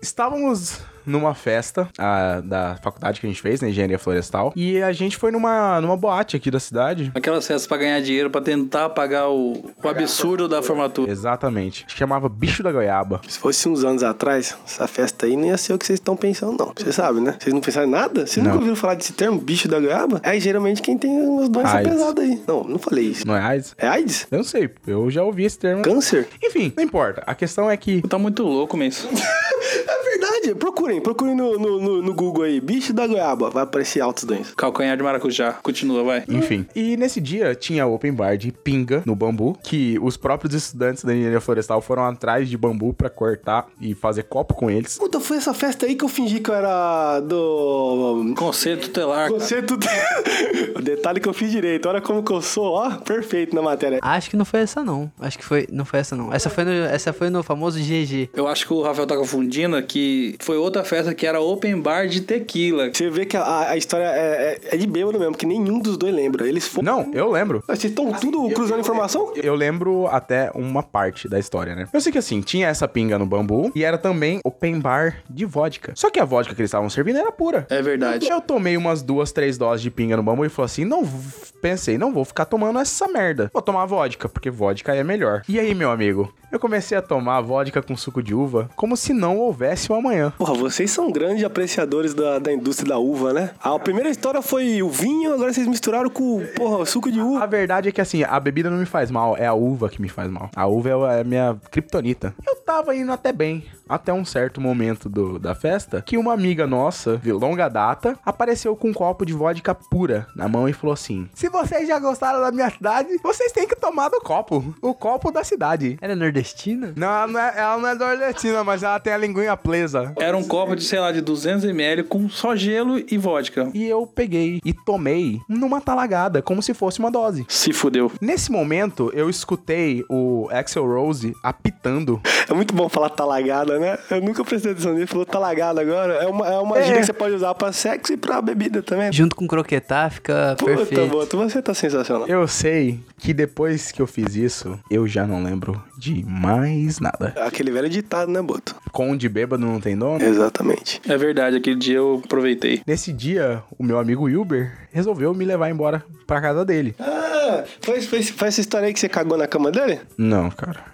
Estávamos numa festa a- da faculdade que a gente fez, na engenharia florestal, e a gente foi numa, numa boate aqui da cidade. Aquelas festas pra ganhar dinheiro, pra tentar pagar o, o absurdo da formatura. Exatamente. Chamava Bicho da Goiaba. Se fosse uns anos atrás, essa festa aí não ia ser o que vocês estão pensando, não. Vocês sabem, né? Vocês não pensaram em nada? Vocês nunca Não. ouviram falar desse termo, bicho da goiaba? É geralmente quem tem umas doenças AIDS. pesadas aí. Não, não falei isso. Não é AIDS? É AIDS? Eu não sei, eu já ouvi esse termo. Câncer? Enfim, não importa. A questão é que Tá muito louco mesmo. (laughs) É verdade. Procurem, procurem no, no, no- no Google aí. Bicho da goiaba. Vai aparecer altas doenças. Calcanhar de maracujá. Continua, vai. Enfim. E nesse dia tinha open bar de pinga no bambu, que os próprios estudantes da engenharia florestal foram atrás de bambu pra cortar e fazer copo com eles. Puta, foi essa festa aí que eu fingi que eu era do. Conselho tutelar. cara. Conceito. (laughs) o detalhe que eu fiz direito. Olha como que eu sou, ó. Perfeito na matéria. Acho que não foi essa, não. Acho que foi... Não foi essa, não. Essa foi no, essa foi no famoso GG. Eu acho que o Rafael tá confundindo que foi outra festa que era open bar de tequila. Você vê que a- a, a história é, é- é de bêbado mesmo, que nenhum dos dois lembra. Eles foram. Não, eu lembro. Vocês estão tudo cruzando informação? Eu lembro até uma parte da história, né? Eu sei que assim, tinha essa pinga no bambu e era também open bar de vodka. Só que a vodka que eles estavam servindo era pura. É verdade. Eu tomei umas duas, três doses de pinga no bambu e falei assim: não, v- pensei, não vou ficar tomando essa merda. Vou tomar vodka, porque vodka é melhor. E aí, meu amigo? Eu comecei a tomar vodka com suco de uva como se não houvesse um amanhã. Porra, vocês são grandes apreciadores da, da indústria da uva, né? A primeira história foi o vinho, agora vocês misturaram com, porra, o suco de A uva. verdade é que assim, a bebida é não me faz mal, é a uva que me faz mal. A uva é a minha kriptonita. Eu tava indo até bem. até um certo momento do- da festa, que uma amiga nossa, de longa data, apareceu com um copo de vodka pura na mão e falou assim: Se vocês já gostaram da minha cidade, vocês têm que tomar do copo. O copo da cidade. Era nordestina? Não, ela não é, ela não é nordestina, mas ela tem a linguinha presa. Era um copo de, sei lá, de 200ml com só gelo e vodka. E eu peguei e tomei numa talagada, como se fosse uma dose. Se fudeu. Nesse momento, eu escutei o Axel Rose apitando. É muito bom falar talagada, né? Eu nunca prestei atenção nisso. Falou talagada agora. É uma, é uma É. gíria que você pode usar pra sexo e pra bebida também. É. Junto com croquetar fica Puta, perfeito. Boto, você tá sensacional. Eu sei que depois que eu fiz isso, eu já não lembro de mais nada. Aquele velho ditado, né, Boto? Conde bêbado não tem dono? Exatamente. É verdade, aquele dia eu aproveitei. Nesse dia, o meu amigo Wilber resolveu me levar embora pra casa dele. Ah, foi, foi, foi essa história aí que você cagou na cama dele? Não, cara.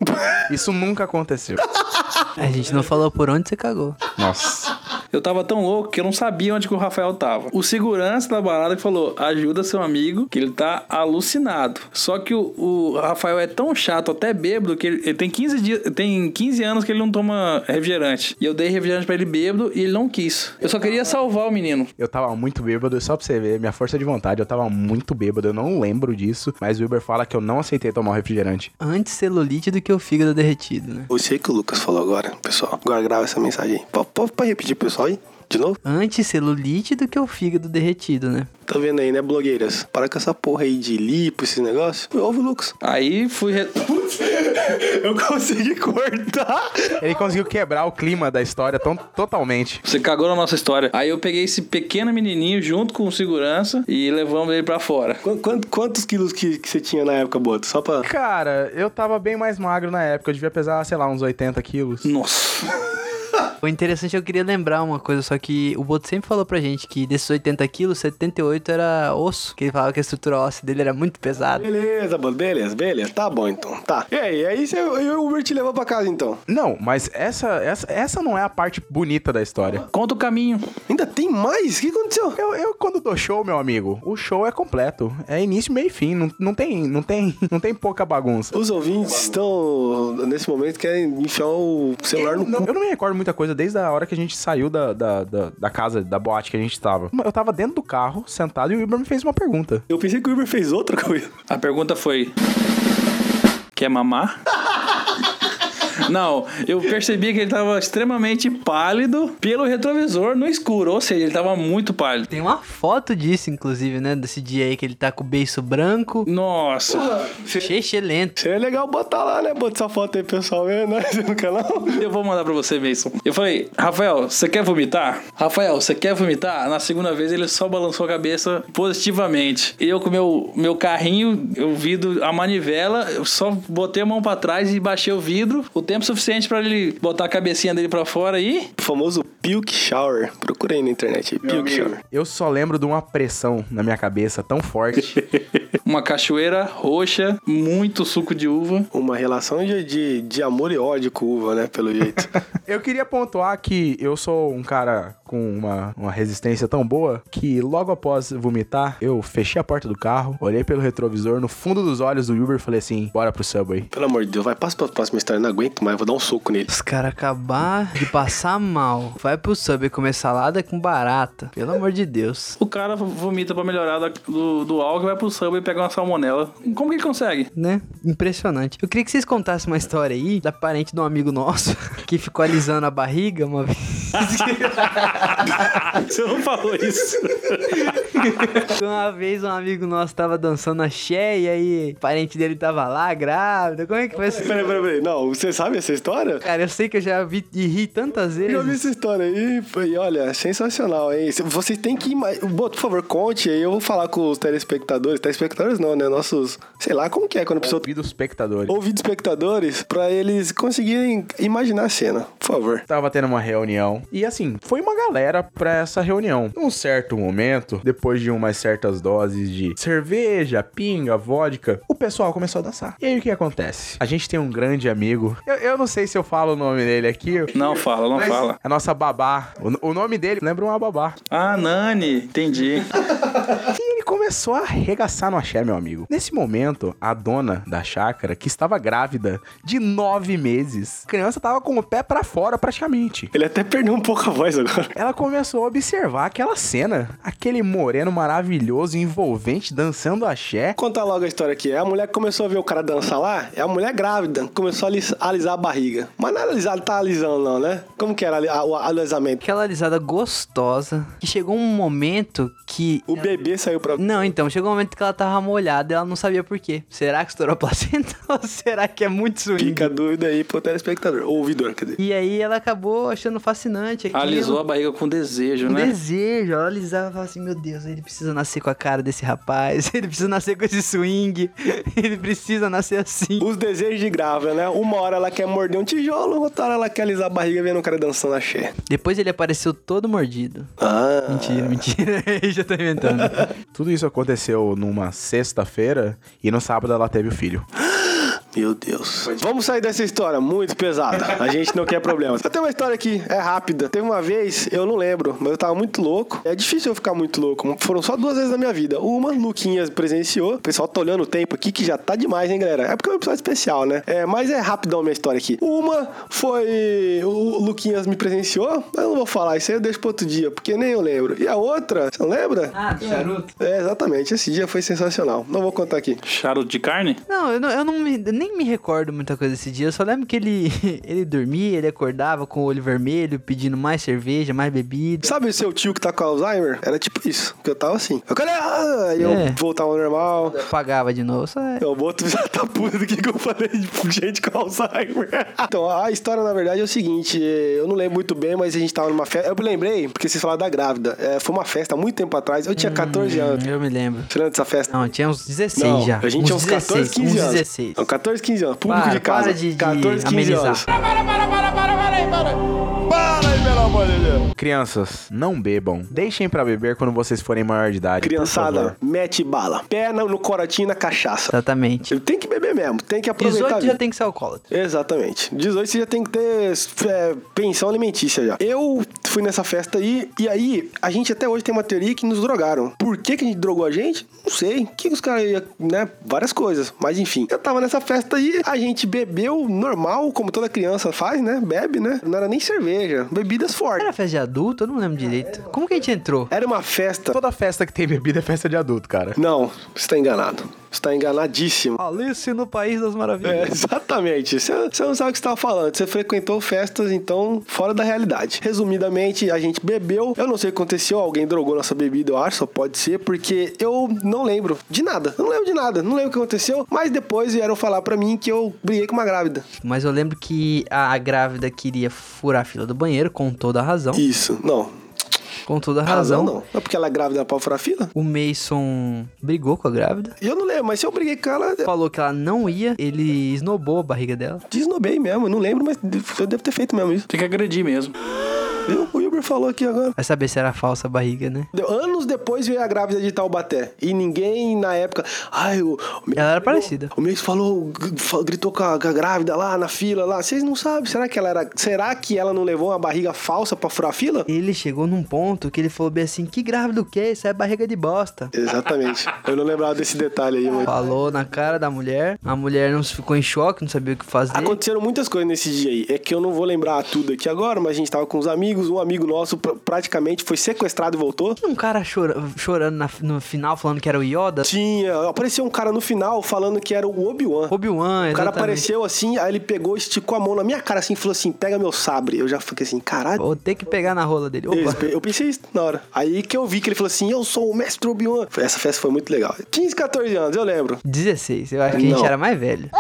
Isso nunca aconteceu. A gente não falou por onde você cagou. Nossa. Eu tava tão louco que eu não sabia onde que o Rafael tava. O segurança da balada que falou: ajuda seu amigo, que ele tá alucinado. Só que o, o Rafael é tão chato, até bêbado, que ele, ele tem 15 dias, tem 15 anos que ele não toma refrigerante. E eu dei refrigerante pra ele bêbado e ele não quis. Eu só queria salvar o menino. Eu tava muito bêbado, só pra você ver, minha força de vontade, eu tava muito bêbado, eu não lembro disso, mas o Wilber fala que eu não aceitei tomar o refrigerante. Antes celulite do que o fígado derretido, né? Eu sei que o Lucas falou agora, pessoal. Agora grava essa mensagem aí. Po- po- Pode repetir, pessoal, aí? De novo? Antes celulite do que o fígado derretido, né? Tá vendo aí, né, blogueiras? Para com essa porra aí de lipo, esses negócios. Ouve o Lucas. Aí fui. re- (laughs) Eu consegui cortar. Ele conseguiu quebrar o clima da história tão, totalmente. Você cagou na nossa história. Aí eu peguei esse pequeno menininho junto com o segurança e levamos ele pra fora. Qu- quant- quantos quilos que, que você tinha na época, Boto? Só pra... Cara, eu tava bem mais magro na época, eu devia pesar, sei lá, uns 80 quilos. Nossa. O interessante, eu queria lembrar uma coisa, só que o Boto sempre falou pra gente que desses 80 quilos, 78 era osso. Que ele falava que a estrutura óssea dele era muito pesada. Beleza, Boto. Beleza, beleza. Tá bom, então. Tá. E aí? Aí você, e o Uber te levou pra casa, então? Não, mas essa, essa, essa não é a parte bonita da história. Conta o caminho. Ainda tem mais? O que aconteceu? Eu, eu quando dou show, meu amigo, o show é completo. É início, meio e fim. Não, não tem, não tem, (laughs) não tem pouca bagunça. Os ouvintes estão, nesse momento, querem enfiar o celular no Não, cu. eu não me recordo muita coisa desde a hora que a gente saiu da, da, da, da casa, da boate que a gente tava. Eu tava dentro do carro, sentado, e o Uber me fez uma pergunta. Eu pensei que o Uber fez outra coisa. A pergunta foi: Quer mamar? Não, eu percebi que ele tava extremamente pálido pelo retrovisor no escuro, ou seja, ele tava muito pálido. Tem uma foto disso, inclusive, né? Desse dia aí que ele tá com o beiço branco, Nossa, cheio lento. Seria legal botar lá, né? Botar essa foto aí, pessoal, vendo né? (laughs) no canal. eu vou mandar pra você, Mason. Eu falei, Rafael, você quer vomitar? Rafael, você quer vomitar? Na segunda vez ele só balançou a cabeça positivamente. E eu com meu, meu carrinho, eu vidro, a manivela, eu só botei a mão pra trás e baixei o vidro, o tempo suficiente pra ele botar a cabecinha dele pra fora e O famoso Puke Shower. Procura aí na internet. aí, Puke Shower. Eu só lembro de uma pressão na minha cabeça tão forte. Uma cachoeira roxa, muito suco de uva. Uma relação de, de, de amor e ódio com uva, né? Pelo jeito. (laughs) eu queria pontuar que eu sou um cara com uma, uma resistência tão boa que logo após vomitar, eu fechei a porta do carro, olhei pelo retrovisor, no fundo dos olhos do Uber e falei assim: bora pro Subway. Pelo amor de Deus, vai, passa pra próxima história. Não aguento mais, vou dar um soco nele. Os caras acabar de passar mal. Vai pro sub e comer salada com barata. Pelo amor de Deus. O cara vomita pra melhorar da- do, do álcool, vai pro samba e pega uma salmonela. Como que ele consegue? Né? Impressionante. Eu queria que vocês contassem uma história aí da parente de um amigo nosso (laughs) que ficou alisando a barriga (laughs) uma vez. Você não falou isso. (laughs) Uma vez um amigo nosso tava dançando axé e aí o parente dele tava lá grávida. Como é que foi essa Peraí, peraí, peraí. Não, você sabe essa história? Cara, eu sei que eu já vi e ri tantas Eu já vi vezes. essa história aí, foi, olha, sensacional, hein? C- Vocês têm que. ima- Boto, por favor, conte aí, eu vou falar com os telespectadores. Telespectadores não, né? Nossos. Sei lá, como que é quando a pessoa. Ouvi dos espectadores. Ouvir espectadores pra eles conseguirem imaginar a cena, por favor. Tava tendo uma reunião. E assim, foi uma galera pra essa reunião. Num certo momento, depois de umas certas doses de cerveja, pinga, vodka, o pessoal começou a dançar. E aí o que acontece? A gente tem um grande amigo. Eu, eu não sei se eu falo o nome dele aqui. Não fala, não mas fala. A nossa babá. O, o nome dele lembra uma babá. (laughs) Ah, Nani, entendi. E ele come- começou a arregaçar no axé, meu amigo. Nesse momento, a dona da chácara, que estava grávida de nove meses, a criança tava com o pé pra fora praticamente. Ele até perdeu um pouco a voz agora. Ela começou a observar aquela cena, aquele moreno maravilhoso, envolvente, dançando axé. Conta logo a história aqui. É a mulher que começou a ver o cara dançar lá, é a mulher grávida, começou a alis- alisar a barriga. Mas não é alisar, tá alisando não, né? Como que era ali- a- o alisamento? Aquela alisada gostosa. Que chegou um momento que. O bebê saiu pra... Não, então, chegou um momento que ela tava molhada e ela não sabia por quê. Será que estourou a placenta (laughs) ou será que é muito swing? Fica a dúvida aí pro telespectador, ouvidor, quer dizer. E aí ela acabou achando fascinante aquilo. Alisou a barriga com desejo, um né? desejo, ela alisava e falava assim, meu Deus, ele precisa nascer com a cara desse rapaz, (laughs) ele precisa nascer com esse swing, (laughs) ele precisa nascer assim. Os desejos de grávida, né? Uma hora ela quer morder um tijolo, outra hora ela quer alisar a barriga vendo o cara dançando axé. Depois ele apareceu todo mordido. Ah. Mentira, mentira, (laughs) eu já tô inventando. Tudo isso aconteceu numa sexta-feira e no sábado ela teve o filho. Meu Deus. Vamos sair dessa história muito pesada. A gente não quer problemas. Eu tenho uma história aqui, é rápida. Teve uma vez, eu não lembro, mas eu tava muito louco. É difícil eu ficar muito louco. Foram só duas vezes na minha vida. Uma, Luquinhas presenciou. O pessoal tá olhando o tempo aqui, que já tá demais, hein, galera? É porque é um episódio especial, né? É, mas é rapidão a minha história aqui. Uma foi. O Luquinhas me presenciou. Mas eu não vou falar isso aí, eu deixo pro outro dia, porque nem eu lembro. E a outra, você não lembra? Ah, charuto. É, exatamente. Esse dia foi sensacional. Não vou contar aqui. Charuto de carne? Não, eu, não, eu não me- nem me recordo muita coisa desse dia. Eu só lembro que ele, (laughs) ele dormia, ele acordava com o olho vermelho, pedindo mais cerveja, mais bebida. Sabe o seu tio que tá com Alzheimer? Era tipo isso, que eu tava assim. Eu, cadê? Ah, Aí eu É. voltava ao normal. Apagava de novo. Só é. Eu boto já tá puto do que que eu falei de gente com Alzheimer. Então, a história, na verdade, é o seguinte. Eu não lembro muito bem, mas a gente tava numa festa. Eu me lembrei, porque vocês falaram da grávida. É, foi uma festa há muito tempo atrás. Eu tinha 14 anos. Eu me lembro. Você lembra dessa festa? Não, tinha uns 16 Não, já. A gente tinha uns 14, 15 uns anos. 16. Não, 14, 15 anos. Público Para, de casa. para de- de 14, 15 amenizar. anos. Crianças, não bebam. Deixem pra beber quando vocês forem maior de idade. por Criançada, favor. mete bala. Perna no corotinho e na cachaça. Exatamente. Tem que beber mesmo, tem que aproveitar. a 18 vida. já tem que ser alcoólatra. Exatamente. 18 você já tem que ter é, pensão alimentícia já. Eu fui nessa festa aí, e aí a gente até hoje tem uma teoria que nos drogaram. Por que, que a gente drogou a gente? Não sei. O que os caras iam, né? Várias coisas. Mas enfim, eu tava nessa festa aí, a gente bebeu normal, como toda criança faz, né? Bebe, né? Não era nem cerveja, bebidas Era fortes. festa de adulto? Eu não lembro direito. Como que a gente entrou? Era uma festa. Toda festa que tem bebida é festa de adulto, cara. Não, você tá enganado. Você tá enganadíssimo. Alice no País das (laughs) Maravilhas. É, exatamente. Você você não sabe o que você estava falando. Você frequentou festas, então, fora da realidade. Resumidamente, a gente bebeu. Eu não sei o que aconteceu. Alguém drogou nossa bebida, eu acho. Só pode ser, porque eu não lembro de nada. Eu não lembro de nada. Não lembro o que aconteceu. Mas depois vieram falar pra mim que eu briguei com uma grávida. Mas eu lembro que a grávida queria furar a fila do banheiro, com toda a razão. Isso. Não. Com toda a Razão, razão. não. Não é porque ela é grávida pra furar a fila? O Mason brigou com a grávida. Eu não lembro, mas se eu briguei com ela, eu Falou que ela não ia, ele esnobou a barriga dela. desnobei mesmo. Eu não lembro, mas eu devo ter feito mesmo isso. Tem que agredir mesmo. Viu? O Uber falou aqui agora. Vai saber se era falsa a barriga, né? Deu- Anos depois veio a grávida de Taubaté. E ninguém na época. Ai, o. o meu- Ela era parecida. O mês falou, gr- fa- gritou com a, com a grávida lá na fila lá. Vocês não sabem, será que ela era. Será que ela não levou uma barriga falsa pra furar a fila? Ele chegou num ponto que ele falou bem assim, que grávido que é? Isso é barriga de bosta. Exatamente. Eu não lembrava desse detalhe aí, mas. Falou na cara da mulher. A mulher não se ficou em choque, não sabia o que fazer. Aconteceram muitas coisas nesse dia aí. É que eu não vou lembrar tudo aqui agora, mas a gente tava com os amigos. Um amigo nosso pr- praticamente foi sequestrado e voltou. Tinha um cara chora- chorando na- no final, falando que era o Yoda. Tinha. Apareceu um cara no final falando que era o Obi-Wan. O Obi-Wan, cara exatamente. apareceu assim, aí ele pegou, esticou a mão na minha cara assim e falou assim: pega meu sabre. Eu já fiquei assim, caralho. Vou ter que pegar na rola dele. Opa. Eu espe- Eu pensei isso na hora. Aí que eu vi que ele falou assim: Eu sou o mestre Obi-Wan. Foi- Essa festa foi muito legal. 15, 14 anos, eu lembro. 16, eu acho que a gente Não. era mais velho.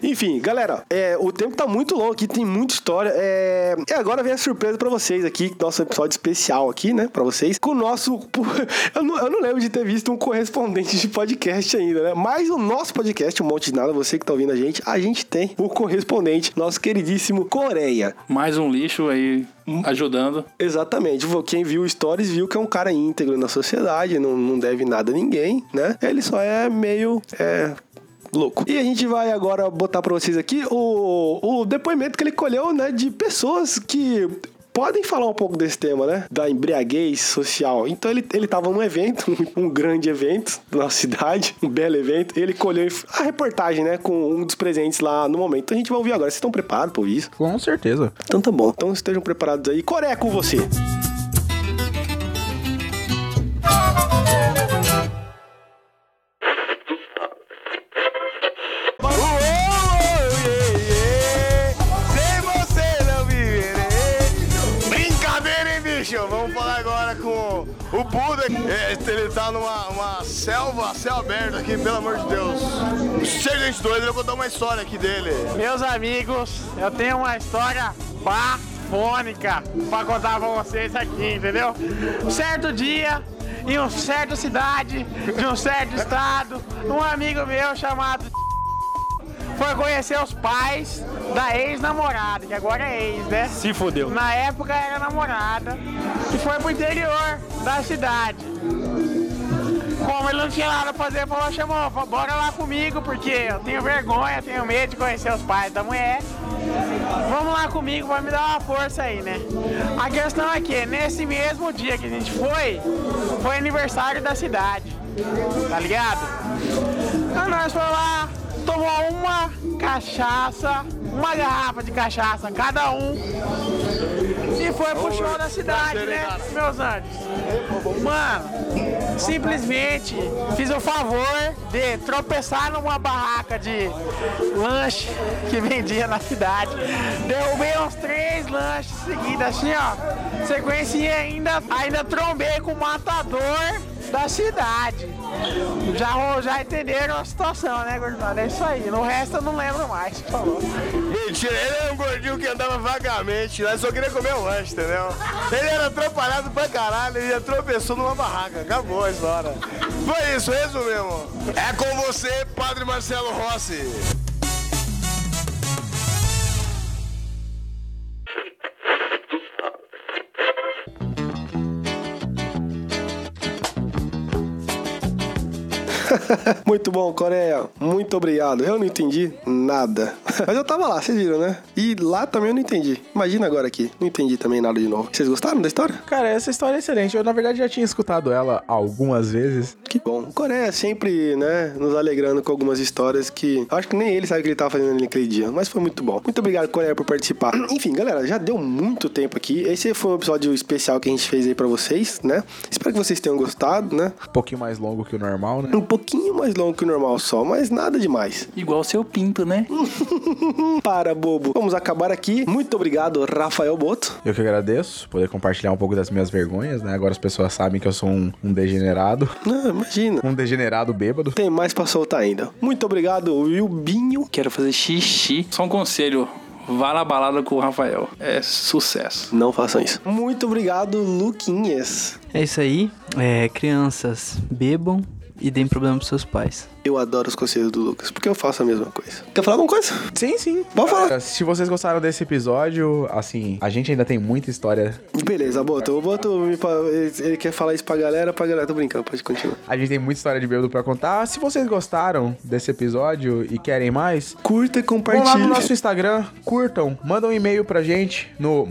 Enfim, galera, é, o tempo tá muito longo aqui, tem muita história. É... E agora vem a surpresa pra vocês aqui, nosso episódio especial aqui, né? Pra vocês. Com o nosso. (laughs) Eu não, eu não lembro de ter visto um correspondente de podcast ainda, né? Mas o nosso podcast, um monte de nada, você que tá ouvindo a gente, a gente tem o correspondente, nosso queridíssimo Coreia. Mais um lixo aí ajudando. Exatamente. Vô, Quem viu o Stories viu que é um cara íntegro na sociedade, não, não deve nada a ninguém, né? Ele só é meio. É. Louco. E a gente vai agora botar pra vocês aqui o, o depoimento que ele colheu, né? De pessoas que podem falar um pouco desse tema, né? Da embriaguez social. Então ele, ele tava num evento, (laughs) um, um grande evento da nossa cidade, um belo evento. Ele colheu inf- a reportagem, né? Com um dos presentes lá no momento. Então a gente vai ouvir agora. Vocês estão preparados pra ouvir isso? Com certeza. Então tá bom. Então estejam preparados aí. Coreia é com você! Sem você não viverei. Brincadeira, hein, bicho? Vamos falar agora com o Buda. É, Ele tá numa uma selva, céu aberto aqui, pelo amor de Deus. Chega gente doida, eu vou contar uma história aqui dele. Meus amigos, eu tenho uma história bafônica pra contar pra vocês aqui, entendeu? Certo dia, em uma certa cidade, de um certo estado, um amigo meu chamado foi conhecer os pais da ex-namorada, que agora é ex, né? Se fodeu. Na época era namorada, e foi pro interior da cidade. Como ele não tinha nada pra fazer, falou, chamou, falou, bora lá comigo, porque eu tenho vergonha, tenho medo de conhecer os pais da mulher. Vamos lá comigo, vai me dar uma força aí, né? A questão é que nesse mesmo dia que a gente foi, foi aniversário da cidade. Tá ligado? Então nós foi lá, tomou uma cachaça, uma garrafa de cachaça cada um. E foi pro show da cidade, né, meus anjos? Mano, simplesmente fiz o favor de tropeçar numa barraca de lanche que vendia na cidade. Derrubei uns três lanches seguidos, assim, ó. Sequência ainda, ainda trombei com o matador da cidade. Já, ro- já entenderam a situação, né, gordão? É isso aí. No resto eu não lembro mais. Falou. Mentira, ele era um gordinho que andava vagamente, lá só queria comer um lanche, entendeu? Ele era atrapalhado pra caralho, ele tropeçou numa barraca, acabou a história. Foi isso, resumimos. É com você, Padre Marcelo Rossi. Muito bom, Coreia. Muito obrigado. Eu não entendi nada. (laughs) Mas eu tava lá, vocês viram, né? E lá também eu não entendi. Imagina agora aqui. Não entendi também nada de novo. Vocês gostaram da história? Cara, essa história é excelente. Eu, na verdade, já tinha escutado ela algumas vezes. Que bom. Coreia sempre, né, nos alegrando com algumas histórias que acho que nem ele sabe o que ele tava fazendo ali naquele dia, mas foi muito bom. Muito obrigado, Coreia, por participar. (clears throat) Enfim, galera, já deu muito tempo aqui. Esse foi um episódio especial que a gente fez aí pra vocês, né? Espero que vocês tenham gostado, né? Um pouquinho mais longo que o normal, né? Um pouquinho mais longo que o normal só, mas nada demais. Igual o seu pinto, né? Para, bobo. Vamos acabar aqui. Muito obrigado, Rafael Boto. Eu que agradeço poder compartilhar um pouco das minhas vergonhas, né? Agora as pessoas sabem que eu sou um, um degenerado, (laughs) Ah, imagina. um degenerado bêbado. Tem mais pra soltar ainda. Muito obrigado, Wilbinho. Quero fazer xixi. Só um conselho. Vá na balada com o Rafael. É sucesso. Não façam isso. Muito obrigado, Luquinhas. É isso aí. É, crianças, bebam e deem problema pros seus pais. Eu adoro os conselhos do Lucas, porque eu faço a mesma coisa. Quer falar alguma coisa? Sim, sim. Vamos falar. Cara, se vocês gostaram desse episódio, assim, a gente ainda tem muita história. Beleza, Boto. O Boto, me pa- ele ele quer falar isso pra galera, pra galera. Tô brincando, pode continuar. A gente tem muita história de bêbado pra contar. Se vocês gostaram desse episódio e querem mais, Curta e Vão lá no compartilha. nosso Instagram, curtam, mandam um e-mail pra gente no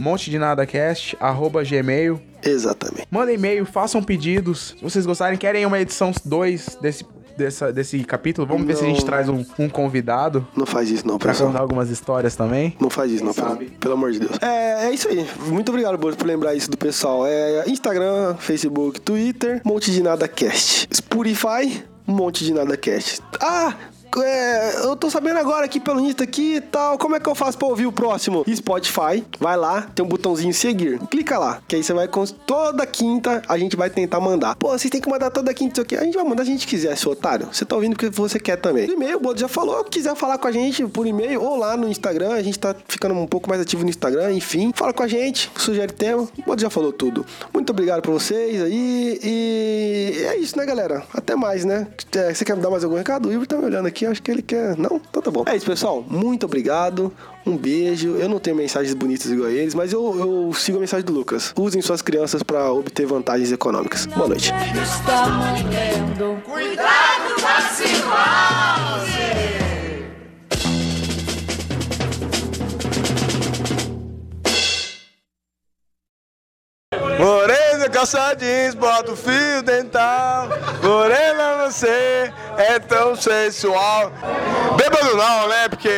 montedinadacast@gmail. Exatamente. Mandem e-mail, façam pedidos. Se vocês gostarem, querem uma edição 2 desse, dessa- desse capítulo, vamos ver se a gente Não. traz um, um convidado Não faz isso, não, pra pessoal. contar algumas histórias também. Não faz isso, não, pelo, pelo amor de Deus. É, é isso aí. Muito obrigado, Boris, por lembrar isso do pessoal. É Instagram, Facebook, Twitter, um Monte de Nada Cast. Spotify, um Monte de Nada Cast. Ah! é, eu tô sabendo agora aqui pelo Insta aqui e tal. Como é que eu faço pra ouvir o próximo? Spotify, vai lá, tem um botãozinho seguir. Clica lá, que aí você vai. cons- Toda quinta a gente vai tentar mandar. Pô, vocês têm que mandar toda quinta isso aqui. A gente vai mandar se a gente quiser, seu otário. Você tá ouvindo porque você quer também. E-mail, o Bodo já falou. Quiser falar com a gente por e-mail ou lá no Instagram, a gente tá ficando um pouco mais ativo no Instagram, enfim. Fala com a gente, sugere tema. O Bodo já falou tudo. Muito obrigado pra vocês aí. E é isso, né, galera? Até mais, né? É, Você quer dar mais algum recado? O Igor tá me olhando aqui, acho que ele quer. Não? Então tá bom. É isso, pessoal. Muito obrigado. Um beijo. Eu não tenho mensagens bonitas igual a eles, mas eu, eu sigo a mensagem do Lucas. Usem suas crianças pra obter vantagens econômicas. Boa noite. calça jeans, bota o fio dental. Lorena, você é tão sensual. Bêbado (laughs) não, né? Porque.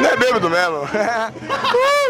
Não é bêbado mesmo. Uh!